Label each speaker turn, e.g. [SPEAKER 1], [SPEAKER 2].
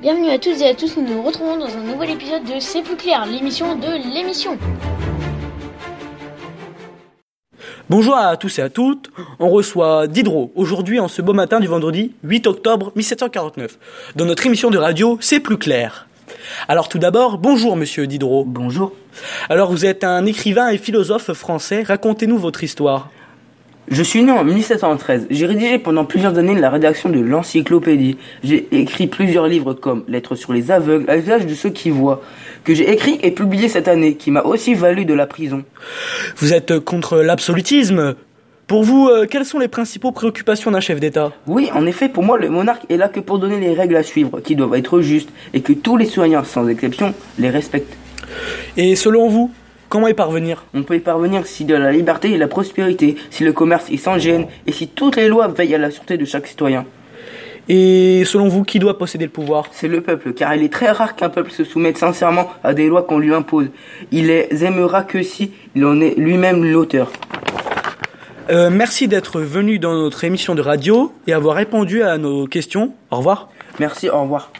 [SPEAKER 1] Bienvenue à toutes et à tous, nous nous retrouvons dans un nouvel épisode de C'est plus clair, l'émission de l'émission.
[SPEAKER 2] Bonjour à tous et à toutes, on reçoit Diderot aujourd'hui en ce beau matin du vendredi 8 octobre 1749 dans notre émission de radio C'est plus clair. Alors tout d'abord, bonjour monsieur Diderot.
[SPEAKER 3] Bonjour.
[SPEAKER 2] Alors vous êtes un écrivain et philosophe français, racontez-nous votre histoire.
[SPEAKER 3] Je suis né en 1713. J'ai rédigé pendant plusieurs années la rédaction de l'encyclopédie. J'ai écrit plusieurs livres comme Lettres sur les aveugles, à l'âge de ceux qui voient, que j'ai écrit et publié cette année, qui m'a aussi valu de la prison.
[SPEAKER 2] Vous êtes contre l'absolutisme Pour vous, euh, quelles sont les principaux préoccupations d'un chef d'État
[SPEAKER 3] Oui, en effet, pour moi, le monarque est là que pour donner les règles à suivre, qui doivent être justes, et que tous les citoyens, sans exception, les respectent.
[SPEAKER 2] Et selon vous, comment y parvenir
[SPEAKER 3] On peut y parvenir si de la liberté et la prospérité, si le commerce est sans gêne, et si toutes les lois veillent à la sûreté de chaque citoyen.
[SPEAKER 2] Et selon vous, qui doit posséder le pouvoir
[SPEAKER 3] C'est le peuple, car il est très rare qu'un peuple se soumette sincèrement à des lois qu'on lui impose. Il les aimera que si il en est lui-même l'auteur.
[SPEAKER 2] Euh, Merci d'être venu dans notre émission de radio et avoir répondu à nos questions. Au revoir.
[SPEAKER 3] Merci, au revoir.